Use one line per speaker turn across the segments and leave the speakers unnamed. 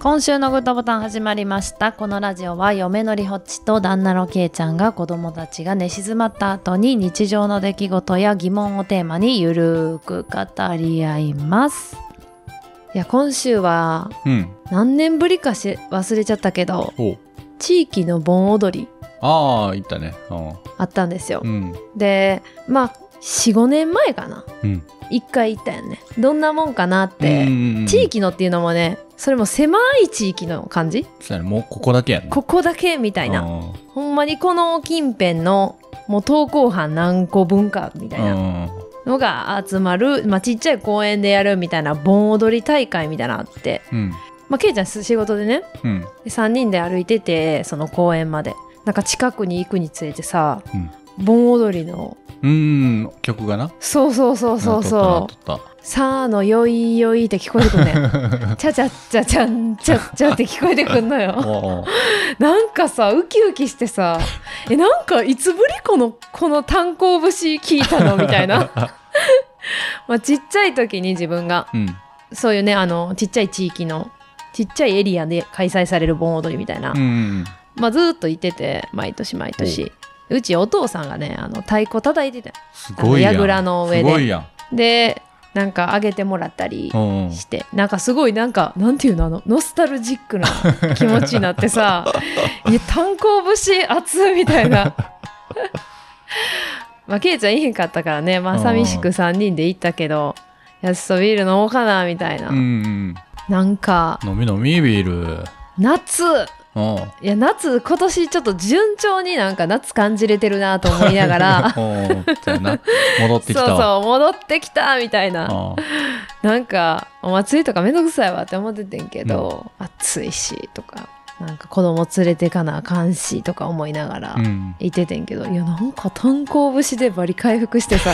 今週のグッドボタン始まりましたこのラジオは嫁のりほっちと旦那のけいちゃんが子供たちが寝静まった後に日常の出来事や疑問をテーマにゆるーく語り合いますいや今週は
うん。
何年ぶりかし忘れちゃったけど
おう
地域の盆踊り
ああ、言ったね。
あったんですよ
うん。
でまあ45年前かな
うん。
1回行ったよねどんなもんかなっ
うん
て
うんうん
地。域のっていうのもねそれも狭い地域の感じ
そうやねもうここだけやんな。
ここだけみたいな
うん
ほんまにこの近辺のもう東高藩何個分かみたいなのが集まる、まあ、ちっちゃい公園でやるみたいな盆踊り大会みたいなのあって、
うん。
まあ、ケイちゃん仕事でね
うん。
3人で歩いててその公園までなんか近くに行くにつれてさ、
うん
盆踊りの
うん。うん。曲がな。
そうそうそうそう
な
そ
っ
う
とったなっとっ
「さあのよいよい」って聞こえてくんね
た。
ちゃちゃちゃちゃんちゃちゃって聞こえてくんのよ
おうおう
なんかさウキウキしてさえなんかいつぶりこのこの炭鉱節聞いたのみたいな まあちっちゃい時に自分が
うん。
そういうねあのちっちゃい地域のちっちゃいエリアで開催される盆踊りみたいな、
うん。
まあずーっと行ってて毎年毎年うちお父さんがねあの太鼓叩いてて
すごいやん。
あの櫓の上です
ごいやん。
でなんかあげてもらったり
うんうん。
してなんかすごいなんかなんていうのあのノスタルジックな気持ちになって さ「いや炭鉱節熱っみたいな。 まあ、ケイちゃんいへんかったからね、まあ、寂しく3人で行ったけど安とビール飲もうかなみたいな、
うんうん。
なんか
飲み飲みビール。
夏
おう
いや夏今年ちょっと順調になんか夏感じれてるなと思いながら
おうおうそうやな戻ってき
そ
た
う
わ。
そう戻ってきたみたいな
おう
なんかお祭りとかめんどくさいわって思っててんけど、暑いしとかなんか子供連れてかなあかんしとか思いながら
うん。
いててんけど、いやなんか炭鉱節でバリ回復して さ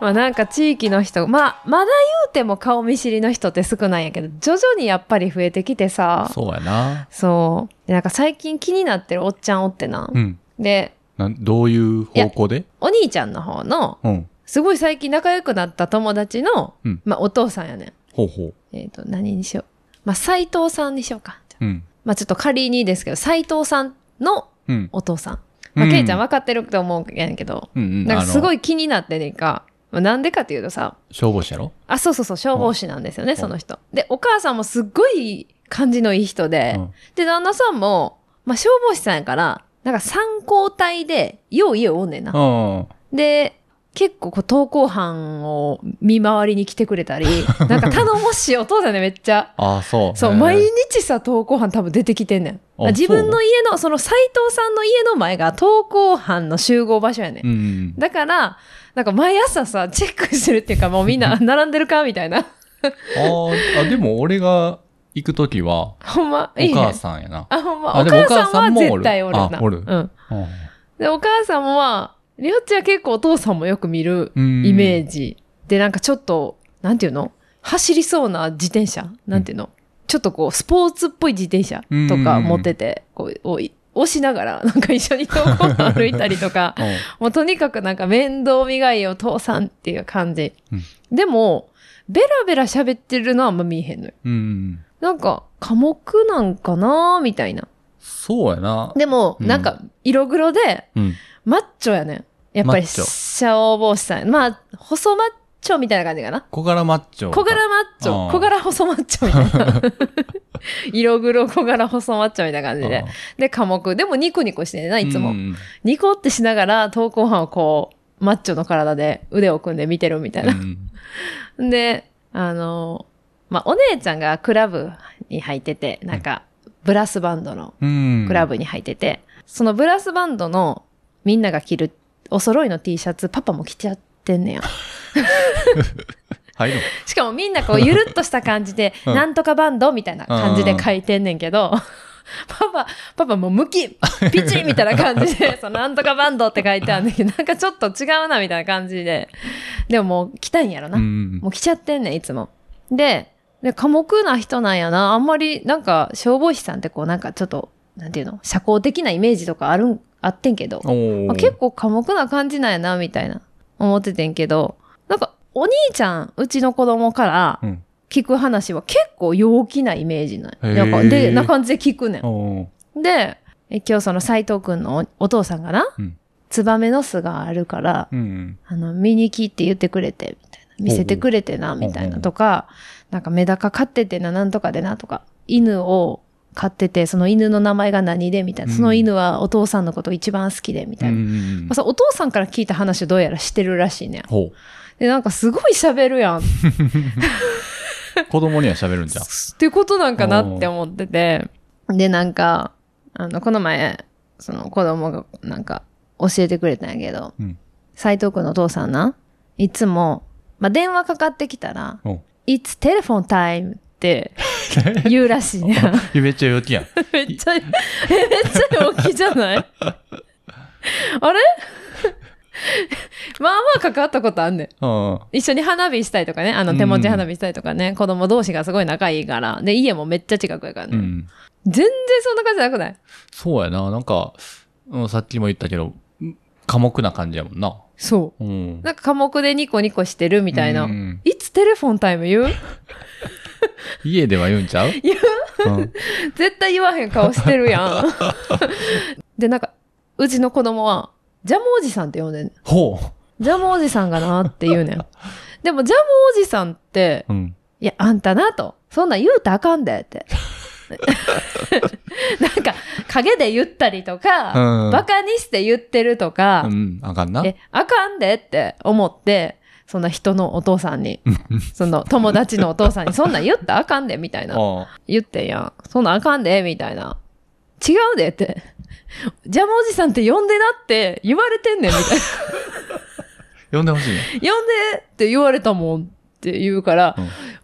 まあなんか地域の人まあまだ言うても顔見知りの人って少ないんやけど徐々にやっぱり増えてきてさ
そうやな。
そうでなんか最近気になってるおっちゃんおってな、
うん。
で
なんどういう方向で
お兄ちゃんの方の
うん。
すごい最近仲良くなった友達の、
うん
まあ、お父さんやねん。
ほうほう。
えっ、と、何にしよう。まあ、斎藤さんにしようか。
うん。
まあ、ちょっと仮にですけど、斎藤さんの
うん。
お父さん。まあ、
うん
ケイちゃん分かってると思うやんけど、
うんうん。
なんかす
あの
ごい気になってねんか。まあなんでかっていうとさ、
消防士やろ
あ、そうそうそう、消防士なんですよね、
うん
その人。で、お母さんもすっごい感じのいい人で、
うん
で、旦那さんも、まあ、消防士さんやから、なんか参考体で、よう家おんねんな。
うん
で、結構こう、投稿班を見回りに来てくれ たり、なんか頼もしいお父さんね、めっちゃ。
ああ、そう。
そう、
へー
毎日さ、投稿班多分出てきてんねん。
あ
自分
そ
の家の、その斎藤さんの家の前が投稿班の集合場所やねん。
ううん。
だから、なんか毎朝さ、チェックしてるっていうか、もうみん な並んでるかみたいな。
あーあ、でも俺が行くときは、
ほんま、
お
いい
母
ね。
さんやな。
あ、ほんま。お
あでも
母さんは
お母さんもおる
絶対おるな。
あおる
うん。
うん
で、お母さんは、りょっちは結構お父さんもよく見る
うん
イメージ、でなんかちょっとなんていうの走りそうな自転車なんていうの、ちょっとこうスポーツっぽい自転車とか持ってて、こうおい押しながらなんか一緒に登校路歩いたりと かもうとにかくなんか面倒見がいいお父さんっていう感じ、
うん
でもベラベラ喋ってるのはあんま見えへんのよ
うん。うん。
なんか寡黙なんかなーみたいな
そうやな。
でも、
うん
なんか色黒で
うん。
マッチョやねんやっぱり
マッチョ
消防士さんまあ細マッチョみたいな感じかな
小柄マッチョ。
小柄マッチ
あ
ョ
ー
小柄細マッチョみた いな色黒小柄細マッチョみたいな感じで
あ
で寡黙でもニコニコしてねな
ー
いつも、
うん
ニコってしながら投稿班をこうマッチョの体で腕を組んで見てるみたいな、であのまあお姉ちゃんがクラブに入っててなんかブラスバンドの
うん。う ん
クラ。ブに入ってて、そのブラスバンドのみんなが着るお揃いの T シャツパパも着ちゃってんねや
入る
しかもみんなこうゆるっとした感じで、
うん
なんとかバンドみたいな感じで書いてんねんけど、 パパ、パパもう向き、ピチみたいな感じ で、そのなんとかバンドって書いてあるんだけど、なんかちょっと違うなみたいな感じで、でももう来たんやろな。
うん。
もう来ちゃってんねん、いつも。で、で、寡黙な人なんやな。あんまり、なんか、消防士さんってこう、なんかちょっと、なんていうの、社交的なイメージとかあるん、あってんけど、
お
あ
ー
結構寡黙な感じなんやな、みたいな、思っててんけど、なんか、お兄ちゃん、うちの子供から、
うん
聞く話は結構陽気なイメージない。
へー
なんか、で、な感じで聞くねん。
お
で、え今日その斎藤くんのおお父さんがな
うん、
ツバメの巣があるから、
うん。
あの、見に来いって言ってくれて、みたいな。見せてくれてな、
うほう
みたいなとか、なんかメダカ飼っててな、なんとかでな、とか。犬を飼ってて、その犬の名前が何で、みたいな。
うん
その犬はお父さんのこと一番好きで、みたいな。ま
ん
あ、そのお父さんから聞いた話をどうやらしてるらしいねん。
ほ
で、なんかすごい喋るやん。っ
う。子供には喋るんじゃん。
てことなんかなって思ってて。で、なんか、あの、この前、その子供がなんか教えてくれたんやけど
うん、
斎、藤くんのお父さんな、いつも、まあ、電話かかってきたら、
おう
It's telephone time って言うらしいね。
めっちゃ陽気やん。
めっちゃ、え、めっちゃ陽気じゃないあれ まあまあ関わったことあんねん。
うん。
一緒に花火したりとかね、あの手持ち花火したりとかね、子供同士がすごい仲いいから、で、家もめっちゃ近くやから
う
ね。
ん。
全然そんな感じじゃなくない
そうやな。なんか、うん、さっきも言ったけど、うん寡黙な感じやもんな。
そ
うん
う。。なんか寡黙でニコニコしてるみたいな。
うん
いつテレフォンタイム言う
家では言うんちゃう
言
うん。
絶対言わへん顔してるや ん。で、なんか、うちの子供は、ジャムおじさんって呼んでんねん
ほ
ジャムおじさんがなって言うねん。でも、ジャムおじさんって、
う。うん。
いや、あんたなと、そんなん言うたらあかんでっ て。なんか、陰で言ったりとか、
うん。
バカにして言ってるとか
う、ん。あかんな。
え、あかんでって思って、そんな人のお父さん に、その友達のお父さんに、そんなん言ったらあかんで、みたいな。
あ
言ってんやん。そんなんあかんで、みたいな。違うでって。 ジャムおじさんって呼んでなって言われてんねん、みたいな。
呼んでほしいね。
呼んでって言われたもんって言うから、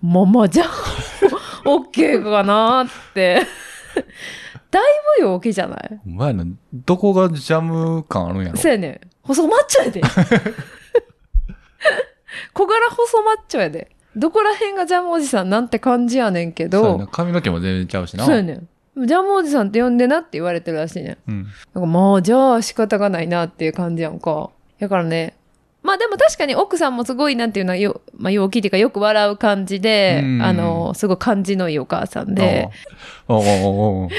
まあまあ、じゃあ、 オッケーかなって。 だいぶ陽気じゃない
お前ら、どこがジャム感あるんやろ
そうやねん。細マッチョ やで。小柄細マッチョやで。どこら辺がジャムおじさんなんて感じやねんけ
そうやな
ど、
髪の毛も全然ちゃうしな。
そうやねん。ジャムおじさんって呼んでなって言われてるらしいねん。
うん。
なんかまあ、じゃあ仕方がないなっていう感じやんか。だからね。まあでも確かに奥さんもすごいなんていうのはよ、まあ、陽気っていうかよく笑う感じで
う、ん
あの、すごい感じのいいお母さんで、
ああ、おうおうおうおう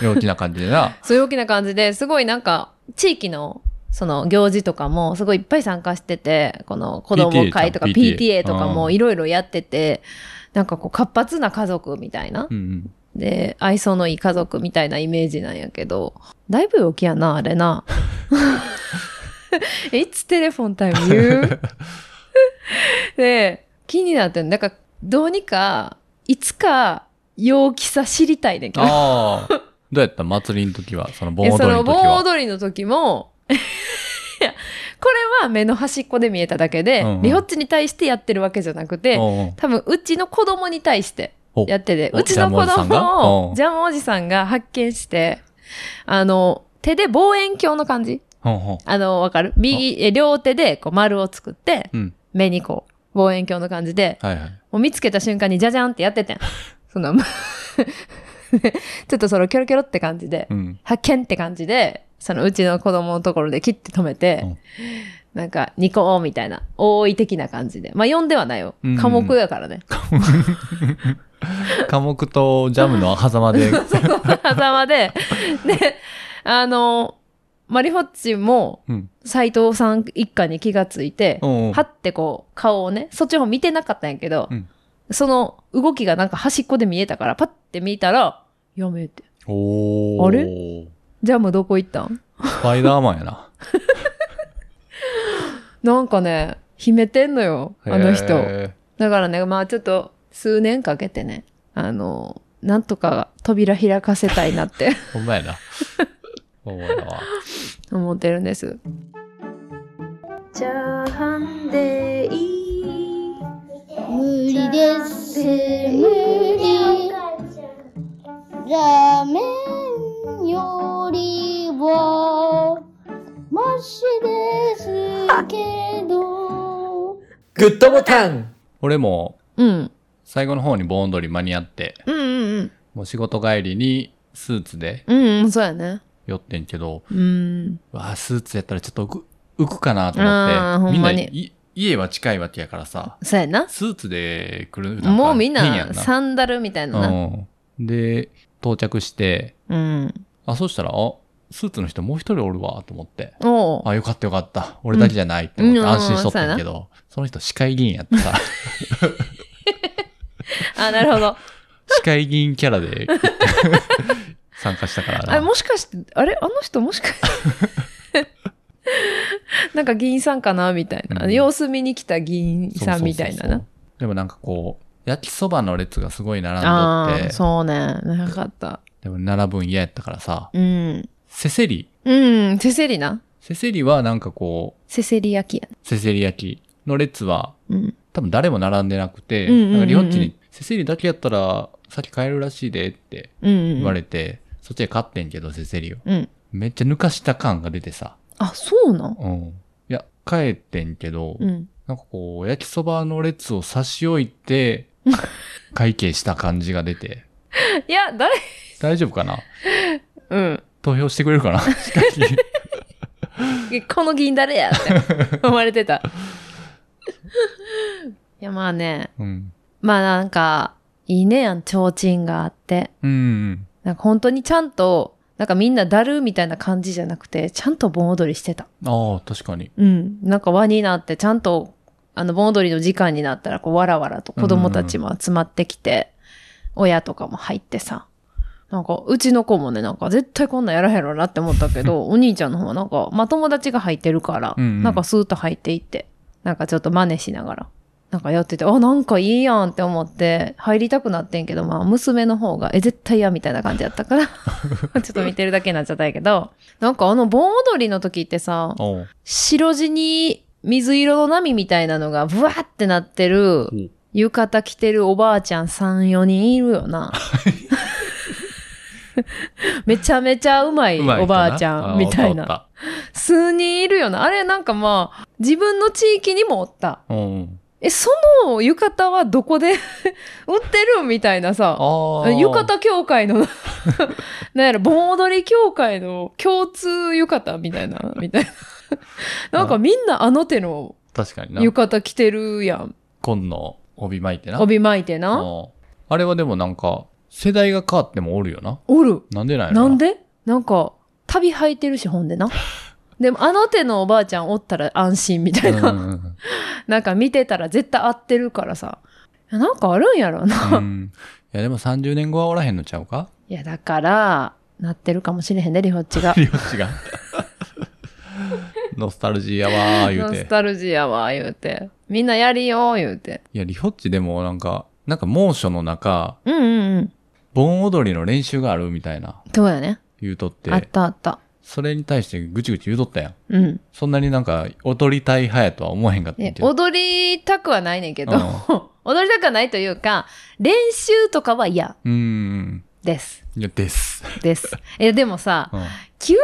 陽気な感じでな。
そういう陽気な感じで、すごいなんか、地域の、その行事とかもすごいいっぱい参加してて、この子供会とか
PTA
PTA とか
う
も
ん
いろいろやってて、なんかこう活発な家族みたいな
う。ん
で、愛想のいい家族みたいなイメージなんやけど、だいぶ陽気やな、あれ な。いつテレフォンタイム言うで、気になってんだから、どうにか、いつか陽気さ知りたいねんけど。
あ あ。どうやった祭りの時は、その盆
え
踊り
そ
の
の
時
盆
は。
踊りの時も、 いや、これは目の端っこで見えただけで、
うんうん
リホッチに対してやってるわけじゃなくて、
おう
多分うちの子供に対して
お
やってて
お
うちの子
ジャムおじさんが
供
う
を
ん
ジャムおじさんが発見してあの手で望遠鏡の感じ
おうおう
あのわかる右え両手でこう丸を作って
うん。
目にこう望遠鏡の感じで
はいはい。
もう見つけた瞬間にじゃじゃんってやっててんその ちょっとそのキョロキョロって感じで
うん。
発見って感じでそのうちの子供のところで切って止めて、
うん
なんか、ニコーみたいな、多い的な感じで。まあ、読んではないよ。
うん
科目や からね。
科目とジャムの狭間 で。
狭間で、で、あの、マリホッチも
うん。
斎藤さん一家に気がついて、
おうおう
はってこう顔をね、そっちの方見てなかったんやけど、
うん
その動きがなんか端っこで見えたから、パッて見たら、やめて。
おー
あれジャムどこ行ったん
スパイダーマンやな。
なんかね、秘めてんのよ、あの人。
へ
だからね、まあちょっと数年かけてね、あの、なんとか扉開かせたいなって
ー。ほんまやな。ほんまやわ。
思ってるんです。
チャーハンでいい
無理です無理ラーメンよりはマシですけど
グッドボタン
俺も、
うん。
最後の方に盆踊り間に合って、
うんうん
もう仕事帰りにスーツで
うん。うん、うん、そうやね。
寄ってんけど、
うん。
わあスーツやったらちょっと浮く浮くかなと思
あー
って、
ほ
み
ん
んな
まに
い家は近いわけやからさ、
そうやな。
スーツで来る
もうみん
変や
な、サンダルみたいなな。
うん。で、到着して、
うん。
あ、そしたら、あ、スーツの人もう一人おるわ、と思って。
おう
あ、よかったよかった。俺だけじゃないって思って
うん
安心しとったんやけど、その人市会議員や ったさ、
あ、なる ほど。
市会議員キャラで参加したからな。
あれもしかして、あれあの人もしか なんか議員さんかなみたいな、
うん
様子見に来た議員
そうそう
さ
そ
ん
う
みたいなな。。
でもなんかこう、焼きそばの列がすごい並ん
あ
どっ
あー、
て、
そうね。なかった。
でも並ぶん嫌やったからさ、
うん。
せせり。
うん、せせりな。
せせりはなんかこ
せせり焼きや
う、せせり焼きの列は
な。うん。
多分誰も並んでなくて、
うんうんうんうん
なんかリホッチに、セセリだけやったら先帰るらしいでって
うん、うん。
言われて、そっちで買ってんけど、セセリを。
うん。
めっちゃ抜かした感が出てさ。
あ、そうなん。
うん。いや、帰ってんけど、
うん。
なんかこう、焼きそばの列を差し置い て、会計した感じが出て、
いや、誰
大丈夫かな
うん。
投票してくれる かなしかし
えこの議員誰やって思われて た。いや、まあね。
うん。
まあなんか、いいねやん、提灯があって。
うんうん。
なんか本当にちゃんと、なんかみんなだるみたいな感じじゃなくて、ちゃんと盆踊りしてた。
ああ、確かに。
うん。なんか輪になって、ちゃんと、あの、盆踊りの時間になったら、こう、わらわらと子供たちも集まってきて、親とかも入ってさ。なんか、うちの子もね、なんか、絶対こんなんやらへんやろなって思ったけど、 お兄ちゃんの方はなんか、まあ、友達が入ってるから、
うんうん
なんか、スーッと入っていって、なんか、ちょっと真似しながら、なんかやってて、あ、なんかいいやんって思って、入りたくなってんけど、まあ、娘の方が、え、絶対嫌みたいな感じやったから、 ちょっと見てるだけになっちゃったんやけど、なんか、あの、盆踊りの時ってさ、
おう
白地に水色の波みたいなのがブワーってなってる
うん、
浴衣着てるおばあちゃん3、4人いるよ な。めちゃめちゃうまいおばあちゃんみたい。
うま人な
な。
あ
数人いるよな。あれなんかまあ、自分の地域にもおった。
おったおうん。
え、その浴衣はどこで 売ってるみたいなさ。
ああ。
浴衣協会 の、なんやろ、盆踊り協会の共通浴衣みたい な、みたいな。なんかみんなあの手の
確かにな。
浴衣着てるやん。
紺の帯巻いてな。
帯巻いてな。
うんあれはでもなんか、世代が変わってもおるよな。
おる。
なんでなんや
な
ろ
んでなんか、旅履いてるし、ほんで な。でも、あの手のおばあちゃんおったら安心みた
う
い
ん
な。 なんか見てたら絶対合ってるからさ。いやなんかあるんやろな。
うんうんうんいやでも30年後はおらへんのちゃうか
いや、だから、なってるかもしれへんで、リホッ チが。
両親 が。ノスタルジーやわー言
ノ
う
ス
て。
タルジーやわ、言うて。みんなやりよ、言うて。
いや、リホッチでもなんか、なんか猛暑の中、
うんうんうん。
盆踊りの練習があるみたいな
そうやね。
言うとっ、
あってたあった。
それに対してぐちぐち言うとったやん。
うん。
そんなになんか踊りたい派やとは思わへんかったん
え
やけど。
踊りたくはないねんけど、
う
踊りたくはないというか、練習とかは嫌
うんうん
です。
うん。いや、 です。
です。え、でもさ、
うん
急に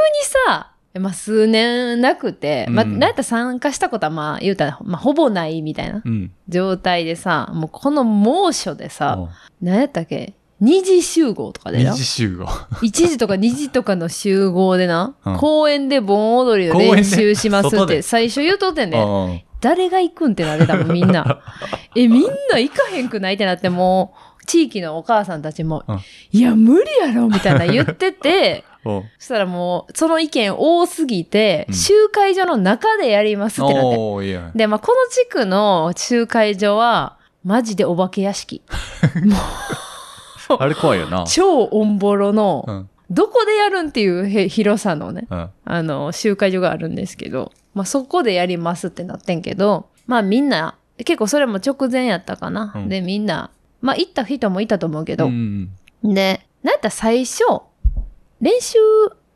さ、まあ、数年なくて、まあ、
うん
なんやったら参加したことはまあ、言うたら、まあ、ほぼないみたいな
うん。
状態でさ、もうこの猛暑で
う
さ、
ん
なんやったっけ ?2 時集合とかで
二
な。
次集合。
1時とか2時とかの集合でな、
うん
公園で盆踊りの
公園で
練習しますっ
外で
て最初言うとってんね。
うん
誰が行くんってなってたもん、みん な。え、みんな行かへんくないってなって、もう、地域のお母さんたちも、
うん
いや、無理やろみたいな言って て、
うん
そしたらもう、その意見多すぎて、
うん
集会所の中でやりますってなって。
おーいいやん
で、まあ、この地区の集会所は、マジでお化け屋敷。
あれ怖いよな。
超オンボロの、
うん。
どこでやるんっていうへ広さのね、
うん。
あの、集会所があるんですけど、まあ、そこでやりますってなってんけど、まあみんな、結構それも直前やったかな。
うん
で、みんな、まあ行った人もいたと思うけ
う
ど、
ん。
で、なんやったら最初、練習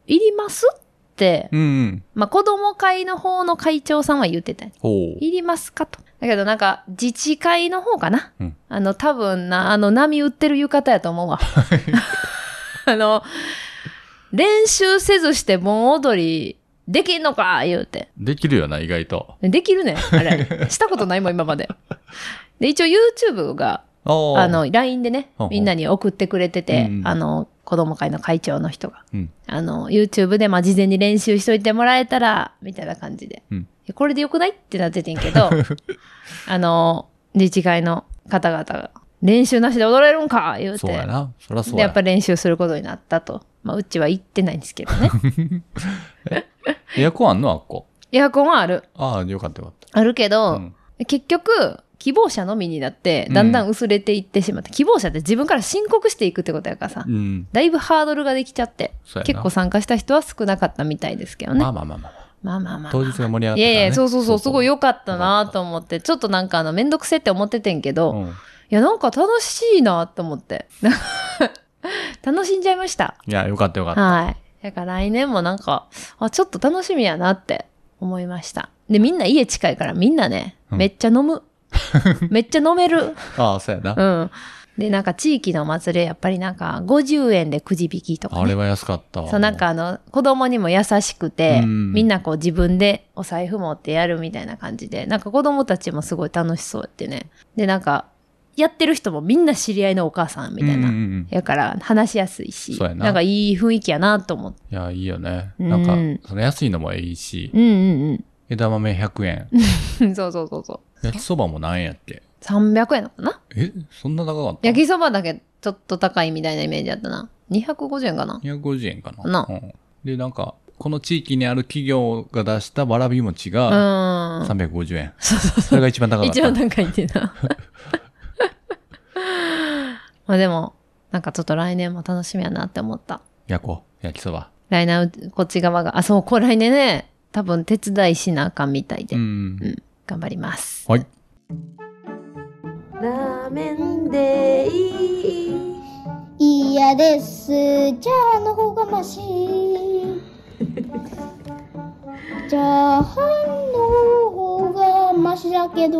いりますって、
うん。
まあ子供会の方の会長さんは言ってたよ
ほう。
いりますかと。だけどなんか、自治会の方かな。
うん
あの、多分な、あの、波打ってる浴衣やと思 うわ。あの、練習せずして盆踊りできんのか言うて。
できるよな、意外と。
できるねんあれ。したことないもん、今まで。で、一応 YouTube が、
あ
あ、の、LINE でね
ほうほう、
みんなに送ってくれてて
うんう、ん
あの、子供会の会長の人が
うん、
あの、YouTube で、まあ、事前に練習しといてもらえたら、みたいな感じで
うん、
えこれでよくないってなっててんけ ど、あの、理事会の方々が、練習なしで踊れるんか言うて。
そうやな。そらそう
で、
や。
やっぱ練習することになったと。まあ、うちは行ってないんですけど ね。
エアコンあんのあっこ。
エアコンはある。
ああ、よかったよかっ
あるけ
た。
ど、
うん
結局、希望者のみになって、だんだん薄れていってしまって、希望者って自分から申告していくってことやからさ、
うん。
だいぶハードルができちゃって、
そうやな
結構参加した人は少なかったみたいですけどね。
ま
ま
あ
あ
まあまあまあ。
まあまあまあ。
当日が盛り上が
いや
ってた
い
らね。
や、そうそうそう、すごい良かった
よ
な
かった
と思って、ちょっとなんかあの、めんどくせえって思っててんけど、
う
い
ん。
や、なんか楽しいなと思って。 楽しんじゃいました。
いや、よかったよかった。
はい。だから来年もなんか、あ、ちょっと楽しみやなって思いました。で、みんな家近いからみんなね、
うん
めっちゃ飲 む。めっちゃ飲める。
ああ、そうやな
う。ん。で、なんか地域のお祭り、やっぱりなんか50円でくじ引きとか、
あれ
ね。
は安かったわ。
そう、なんかあの、子供にも優しくて、
うん
みんなこう自分でお財布持ってやるみたいな感じで、なんか子供たちもすごい楽しそうやってね。で、なんか、やってる人もみんな知り合いのお母さんみたいな。
うんうんうん
やから話しやすいし、
そうやな
なんかいい雰囲気やなと思って
いや、いいよね。
うん
なんか、その安いのもいいし、
うんうん
枝豆100円。
うん。 そうそうそうそう。
焼きそばも何円やっけ
300円だったな。
えそんな高かった
焼きそばだけちょっと高いみたいなイメージだったな。250円かな。
?250 円かな。
な
うんで、なんか、この地域にある企業が出したわらび餅が
うーん。
350円。
そうそう
そ
そ
れ
う。
が一番高か っ
一
た。
番高いっていう な。まあでも、なんかちょっと来年も楽しみやなって思った。
やこう、焼きそば。
来年、こっち側が、あ、そう、こう来年ね、多分手伝いしなあかんみたいで、
うん。
頑張ります。
はい。
ラーメンでいい
嫌です。じゃあの方がマシ。じゃあの方がマシだけど、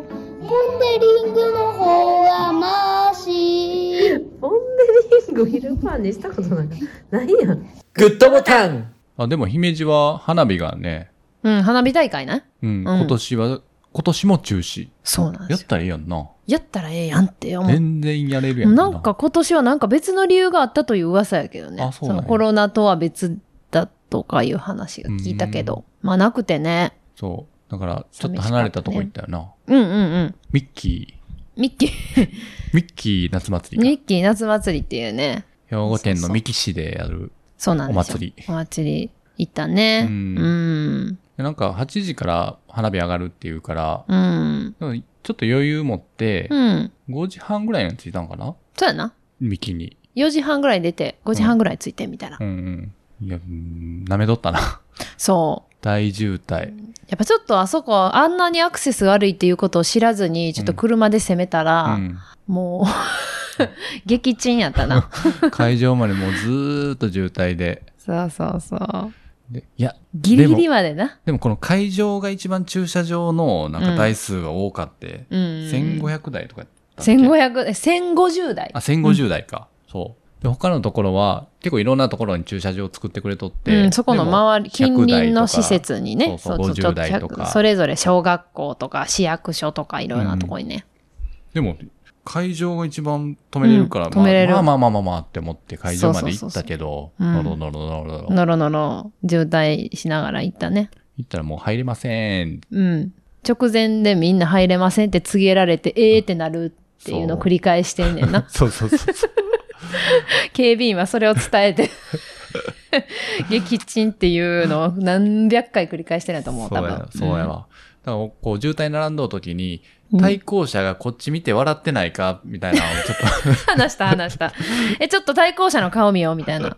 ポンデリングの方がマシ。
ポンデリングを昼パンにしたことなんかないやん
グッドボタン
あ、でも、姫路は花火がね、
うん、花火大会ね。
うん、今年は、今年も中止。
そうなんで
やっ
すよ。
たらいいやんな。
やったらええやんって思って
全然やれるやん
なんか、今年はなんか別の理由があったという噂やけどね。
あそうなんや
のコロナとは別だとかいう話が聞いたけど。まあなくてね。
そう。だから、ちょっと離れたとこ行ったよな。
うんうんうん。
ミッキ
ミッキー、
ー、ミッキー夏祭り
ミ
か。
ッキー夏祭りっていうね。
兵庫県
そう
の
そう
ミキ市でやる。
そうなんですよ。
お祭り
お祭り行ったね。う
う
んん。
でなんか、8時から花火上がるっていうから、
うん。
でもちょっと余裕持って、
うん。
5時半ぐらいに着いたんかな
そうやな。
ミキに。
4時半ぐらい出て、5時半ぐらい着いてみたいな。
うんうん。いや、うん舐めとったな。
そう。
大渋滞。
やっぱちょっとあそこ、あんなにアクセス悪いっていうことを知らずに、ちょっと車で攻めた
う
ら、
ん。
もう、 撃沈やった な。
会場までもうずーっと渋滞で。
そうそうそう。
でいや、
ギリギリまでな。
でもこの会場が一番駐車場のなんか台数が多かって、
うん。
1500台とかやったっけ
1500え1050台
あ、。1050台か。そう。で、他のところは、結構いろんなところに駐車場を作ってくれとって。
うん、そこの周り、
で
近
も100台とか
隣の施設にね、
そうそう
ちょ
50台とか
それぞれ小学校とか市役所とかいろんなとこにね。
でも、会場が一番止めれるから、
うん止めれる
まあまあまあまあまあって思って会場まで行
そう
っ
そうそうそう
たけど、
うん
のろのろのろのろ。
のろのろ渋滞しながら行ったね。
行ったらもう入れま せん。
うん。直前でみんな入れませんって告げられて、えーってなるっていうのを繰り返してんねん な。
そうそうそうそう。
警備員はそれを伝え て、撃沈っていうのを何百回繰り返してるんやと思う、
そ
多
うや
分
な。そうやわ。だから、こう、渋滞並んどうときに、
うん
対向車がこっち見て笑ってないか、みたいなのをちょっ
話した話 した。え、ちょっと対向車の顔見ようみたいな。
と、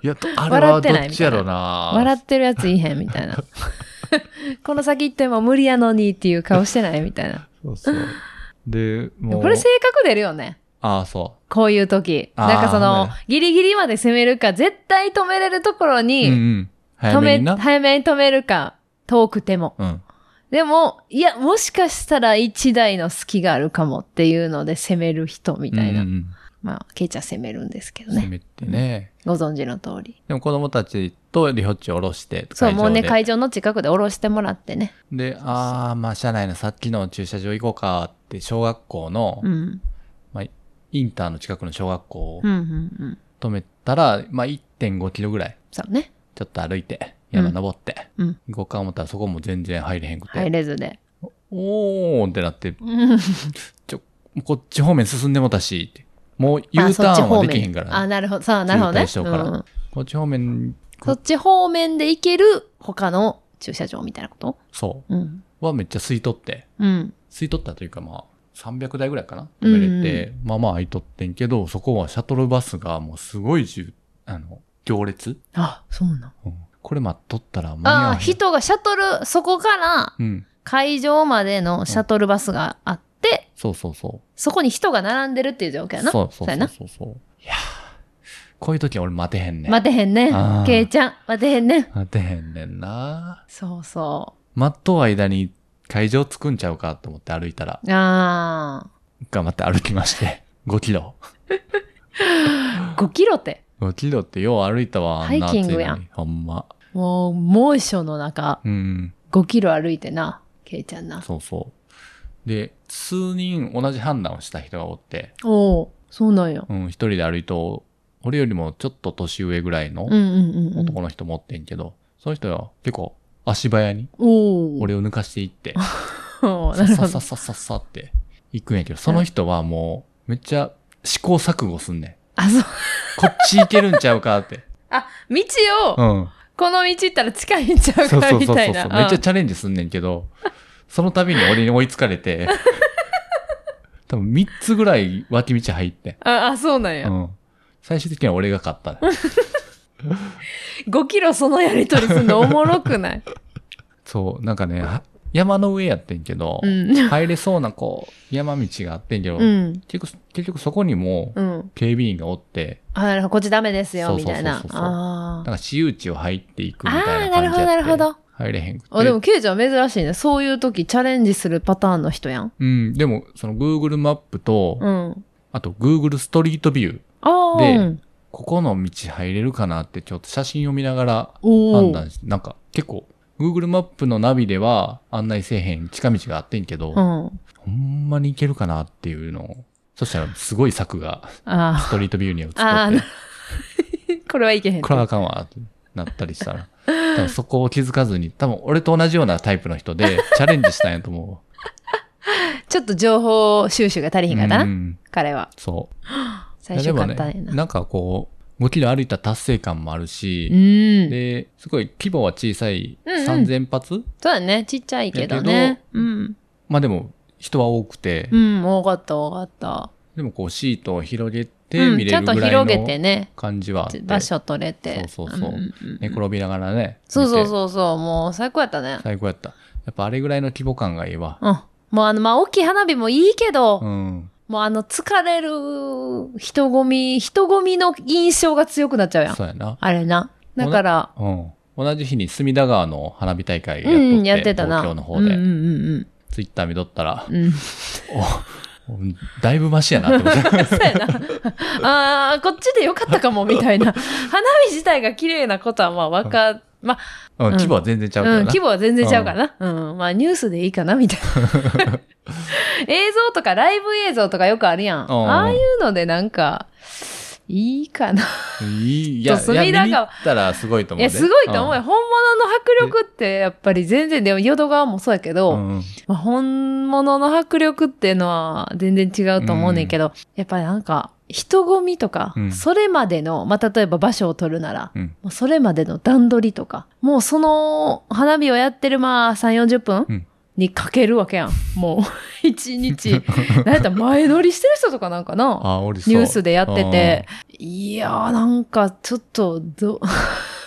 いや、あれはどっちやろうな
笑ってるやついいへんみたいな。 この先行っても無理やのにっていう顔してないみたいな。
そうそう。で、もう。
これ性格出るよね。
ああ、そ
こういう時。
あー
なんかその
ね、
ギリギリまで攻めるか、絶対止めれるところ
う。うんう
に、
ん。
止
早め
め、
にな。
早めに止めるか、遠くても。
うん。
でも、いや、もしかしたら一台の隙があるかもっていうので攻める人みたいな。
うんうん
まあ、ケイちゃん攻めるんですけど
うん攻
ね。
めてね。
ご存知の通り。
でも子供たちとリホッチを下ろして、
そう、もうね、
会
会場
場
の近くで降ろしてもらってね。
で。で、ああ、まあ、車内のさっきの駐車場行こうかって、小学校の、
うん。
インターの近くの小学校を
うん、うん、うん。
止めたら、まあ、1.5キロぐらい、
そうね。
ちょっと歩いて、山登って、
うん
行こうか思ったらそこも全然入れへんくて、
入れずで。
おーってなって、
うん
こっち方面進んでもたし、ってもう U ターンはできへんから、
あ、なるほど。さあ、なるほどね。
渋滞しようから
うん
こっち方面、
そっち方面で行ける他の駐車場みたいなこと
そ
うん。
う、はめっちゃ吸い取って、
うん。
吸い取ったというかまあ、300台ぐらいかな止めれて、まあまあ空いとってんけど、そこはシャトルバスがもうすごい重、あの、行列、
あ、そうなん。
うんこれ待っとったら間に合わ
あ
へ
あ、
ん。
人がシャトル、そこから
うん。
会場までのシャトルバスがあって、
そうそうそう。
そこに人が並んでるっていう状況やな。
そう
そ
そう
う
そ
や
う
な
そうそう。いやーこういう時は俺待てへんねん。
待てへんね
あ
ん
ー。
ケイちゃん、待てへんねん。
待てへんねんな。
そうそ
待っとう間に会場着くんちゃうかと思って歩いたら、
う。あ
頑張って歩きまして、5キロ。
あ、5キロって。
5キロってよう歩いたわ、あんな暑いの
ハイキ
に
ングやん。
ほんま。
もう、猛暑の中、
うん、
5キロ歩いてな、ケイちゃんな。
そうそう。で、数人同じ判断をした人がおって、
おお、そうなんや。
うん、一人で歩いと、俺よりもちょっと年上ぐらいの
うんうんうんうん。
男の人持ってんけど、その人は結構足早に
おお。
俺を抜かしていって、
おー
さ
な
っ
る
さ
ほ
っさ
ど
っ。さっさっさって行くんやけど、その人はもうめっちゃ試行錯誤すんねん。
あ、そう。
こっち行けるんちゃうかって。
あ、道
う
を、
ん。
この道行ったら近いんちゃう
そうそう
か
そう
み
そう。
た
めっ
い
ち
な。
ゃチャレンジすんねんけど、その度に俺に追いつか れて、多分3つぐらい脇道入ってん。
ああ、そうなんや。
うん。最終的には俺が勝ったね。
5キロそのやりとりするのおもろくない
そう、なんかね、は山の上やってんけど、
うん。
入れそうなこう、山道があってんけど、
うん。
結局、結局そこにも
うん。
警備員がおって、
あ、なるほど。こっちダメです
そ
よ、
うそ
み
うそう
たいな
そう。そう
あ
なん
あ。
か私有地を入っていくみ
あ
たい
あ、
な
なる
感じ
ほど、
やって
なるほど。
入れへんくて。
あ、でも、ケイちゃん珍しいね。そういう時チャレンジするパターンの人やん。
うん、でも、その Google マップと、
うん。
あと Google ストリートビュー、
ああ。
で
うん
ここの道入れるかなってちょっと写真を見ながら
お
判
お。
断して、なんか結構、Google マップのナビでは案内せえへん近道があってんけ
う
ど、
ん。
ほんまに行けるかなっていうのを、そしたらすごい柵が
あ
ストリートビューには映っと
あ
って、
あ。 これはいけへん。
これはあかんわってなったりしたら、多分そこを気づかずに、多分俺と同じようなタイプの 人でチャレンジしたんやと思うわ。
ちょっと情報収集が足りひんかった
う
な。
ん
彼は。
そう。
最初かっ
いや
た
で
ねん
も
な。
ね、なんかこう、5キロ歩いた達成感もあるし、
うん。
で、すごい規模は小さい
うんうん
3000発、
そうだね。ちっちゃいけど
や
ね
け。
うん。
まあでも人は多くて、
うん、多かった、多かった。
でもこうシートを広げて
う
見
ん、ち
れ
ゃ
る
んと
ぐらいの
広げてね、
感じはあって、
場所取れて。
そうそうそうん
んん
寝転びながらね。
そうそう
う。
そうそう、もう最高やったね。
最高やった。やっぱあれぐらいの規模感がいいわ。
うん。もうあの、まあ、大きい花火もいいけど、
うん。
もうあの、疲れる人混み、人混みの印象が強くなっちゃうやん。
そうやな。
あれな。だから、
うん。同じ日に隅田川の花火大会や
う
っとって、
ん、やってたな。
東京の方で、
うんうん
ツイッター見とったら
うん、うん。うん。
おうんだいぶマシやなって思 って。
そうやな。ああ、こっちでよかったかも、みたい な。花火自体が綺麗なことは、まあ、わか、まあ、
うん、規模は全然ちゃうけど
う
な。
ん、規模は全然ちゃうからな。うん、まあニュースでいいかな、みたいな。映像とかライブ映像とかよくあるやん。
うん
ああいうのでなんか、いいかな。
いいいや、
と
いや
隅田川
見に行ったらすごいと思
いう
で。
や、すごいと思うよ。
ん
本物の迫力ってやっぱり全然、でも淀川もそうやけど、
うん
まあ、本物の迫力っていうのは全然違うと思うねんけど、やっぱりなんか、人混みとか、
うん
それまでの、まあ、例えば場所を取るなら、
うん
もうそれまでの段取りとか、もうその花火をやってるまあ3、40分、
うん
にかけるわけやん。もう、 一 日。なんやったら前乗りしてる人とかなんかな
あ、俺そう
ニュースでやってて、いやーなんかちょっとど、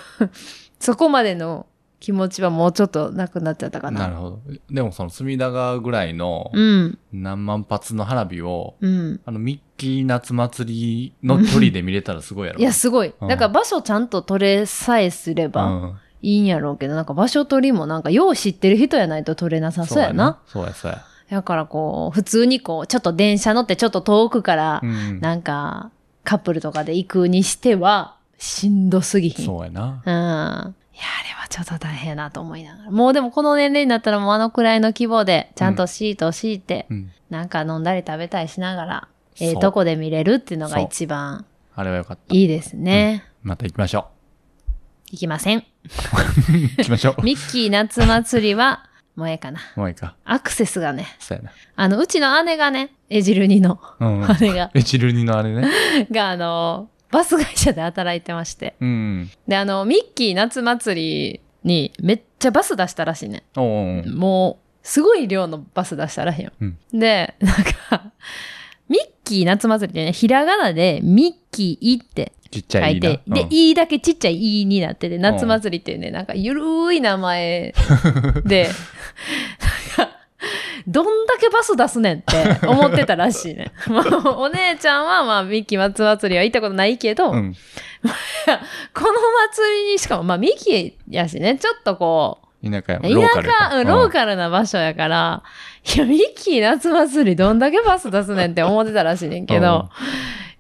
そこまでの気持ちはもうちょっとなくなっちゃったかな。
なるほど。でもその隅田川ぐらいの
うん、
何万発の花火を、
うん。
あのミッキー夏祭りの距離で見れたらすごいやろ。
いや、すごい。
うん
だから場所ちゃんと取れさえすれば
うん
いいんやろうけど、なんか場所取りもなんかよう知ってる人やないと取れなさそうやな。。
そうや、そうや。
だからこう、普通にこう、ちょっと電車乗ってちょっと遠くから
う、ん
なんかカップルとかで行くにしては、しんどすぎひん。
そうやな。
うん。いや、あれはちょっと大変やなと思いながら。もうでもこの年齢になったらもうあのくらいの規模で、ちゃんとシートを敷いて、
うん
なんか飲んだり食べたりしながら、ええ
そう
とこで見れるっていうのが
そう
一番
あれはよかった。
いいですね。
また行きましょう。
行きません。
行きましょう。
ミッキー夏祭りは、もうええかな。
もういいか。
アクセスがね、
そうやな。
あの、うちの姉がね、エジルニの
うん うん。
姉が、
エチルニのあれね。
が、あの、バス会社で働いてまして。
うん。
で、あの、ミッキー夏祭りにめっちゃバス出したらしいね。
おうおう
もう、すごい量のバス出したらへんよ。
うん
で、なんか、 ミッキー夏祭りってね、ひらがなでミッキーって
ちっち
書
ゃい
いて、
な。
で、
うん、
いいだけちっちゃいいになってて、夏祭りっていうね、なんかゆるーい名前 で、なんか、どんだけバス出すねんって思ってたらし いね。もうお姉ちゃんは、まあ、ミッキー夏祭りは行ったことないけど、
うん。
この祭りに、しかも、まあ、ミッキーやしね、ちょっとこう、
田舎やもん
田舎、
ローカルやから。
うん、ローカルな場所やから、いや、ミッキー夏祭りどんだけバス出すねんって思ってたらしいねんけど、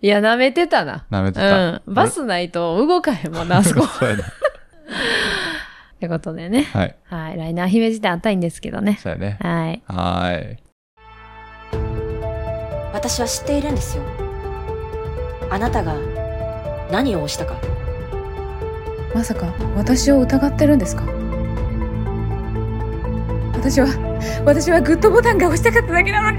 いや、舐めてたな。
うん。舐めてた。
うん。バスないと動かへんもんな、あそこ。 っ
そうやな。
てことでね。
はい。
はい。来年は姫路店あったいんですけどね。
そうやね。
はい。
はーい。
私は知っているんですよあなたが何を押したか
まさか私を疑ってるんですか私は私はグッドボタンが押したかっただけなのに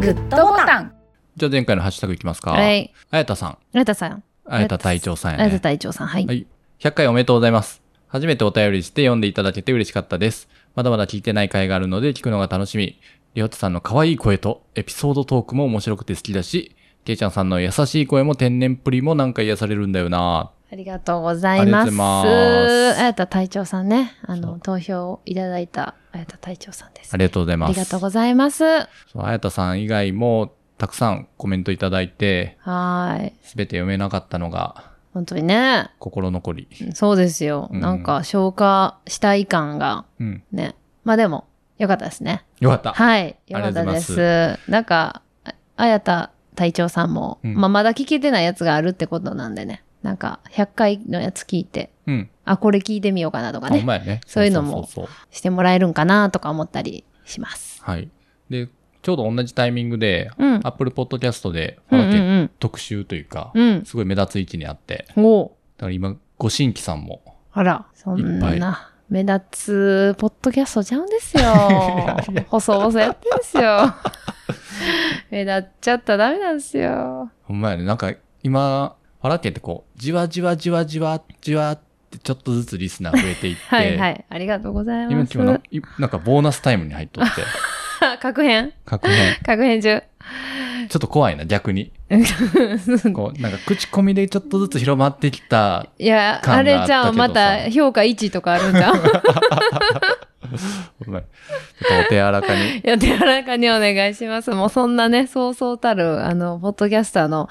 グッ
ドボタン
じゃあ前回のハッシュタグいきますか。
は。い。
あやたさん。
あやたさん。
あやた隊長さん
あ
やね。
やた隊長さん。はい。
はい100回おめでとうございます。初めてお便りして読んでいただけて嬉しかったです。まだまだ聞いてない回があるので聞くのが楽しみ。りょうたさんの可愛い声とエピソードトークも面白くて好きだし、けいちゃんさんの優しい声も天然っぷりもなんか癒されるんだよな
ありがとうございます。
ありがとうございます
あやた隊長さんね。あ
そ
の、投票をいただいたあやた隊長さんです。
ありがとうございます。
ありがとうございます。は
そうあやたさん以外もたくさんコメントいただいて、
ーい。
すべて読めなかったのが
本当にね。
心残り。
そうですよ。
うん
なんか消化したい感が
うん。
ね。まあでも、よかったですね。
よかった。
はい。よかったで
ありがとうご
す。
ざ
なんか、ああやた隊長さんも、
うん
まあまだ聞けてないやつがあるってことなんでね。なんか、100回のやつ聞いて、
うん。
あ、これ聞いてみようかなとか
ほん
ね。
まやね。
そういうのも
そうそうそう
してもらえるんかなとか思ったりします。
はい。で、ちょうど同じタイミングで、
うん。
Apple Podcast で、
う
フ
んう
ァラケ
ん
特集というか、
うん。うん。
すごい目立つ位置にあって、
おう
だから今、ご新規さんも、
あら、そん
いっぱ
な。目立つ、ポッドキャストちゃうんですよ
いや。
細々やってんですよ。 目立っちゃったらダメなんですよ。
ほんまやね、なんか今、ファラケってこう、じわじわじわじわじわってちょっとずつリスナー増えていって、
はいはい。ありがとうござい
今
ま
今 な
す。
いなんかボーナスタイムに入っと って、
確変
確変。
確変中。
ちょっと怖いな、逆に。こう、なんか口コミでちょっとずつ広まってきた、
いや、あ
感があ
れ
ったけどさ
じゃん、また評価1とかあるんじゃ ん。い
ほんまやちょっとお手柔らかに。
や、手荒かにお願いします。もうそんなね、そうそうたる、あの、ポッドキャスターの、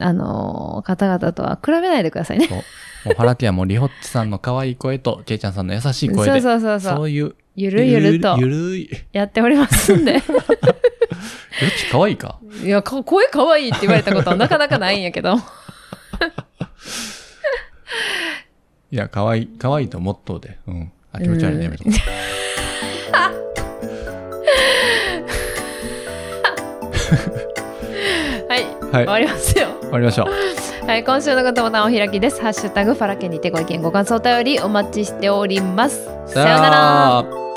あの、方々とは比べないでくださいね。
そう。もうファラケはもうリホッチさんの可愛い声と、ケイちゃんさんの優しい声
そう
で、
そうそう
そ
そう。
ういう、
ゆるゆると
ゆるい。
やっております んで。
リホッチ可愛いか
いや、か声可愛いって言われたことはなかなかないんや けど。
いや、かわいい、かわいいとモットーで。うん。あ、気持ち悪いね、
うん
やめとこう
はい、
はい。
終わ
終
りますよ。
わりましょう。
はい、今週のことボタンお開きです。ハッシュタグファラケにてご意見ご感想お便りお待ちしております。さようなら。
ら。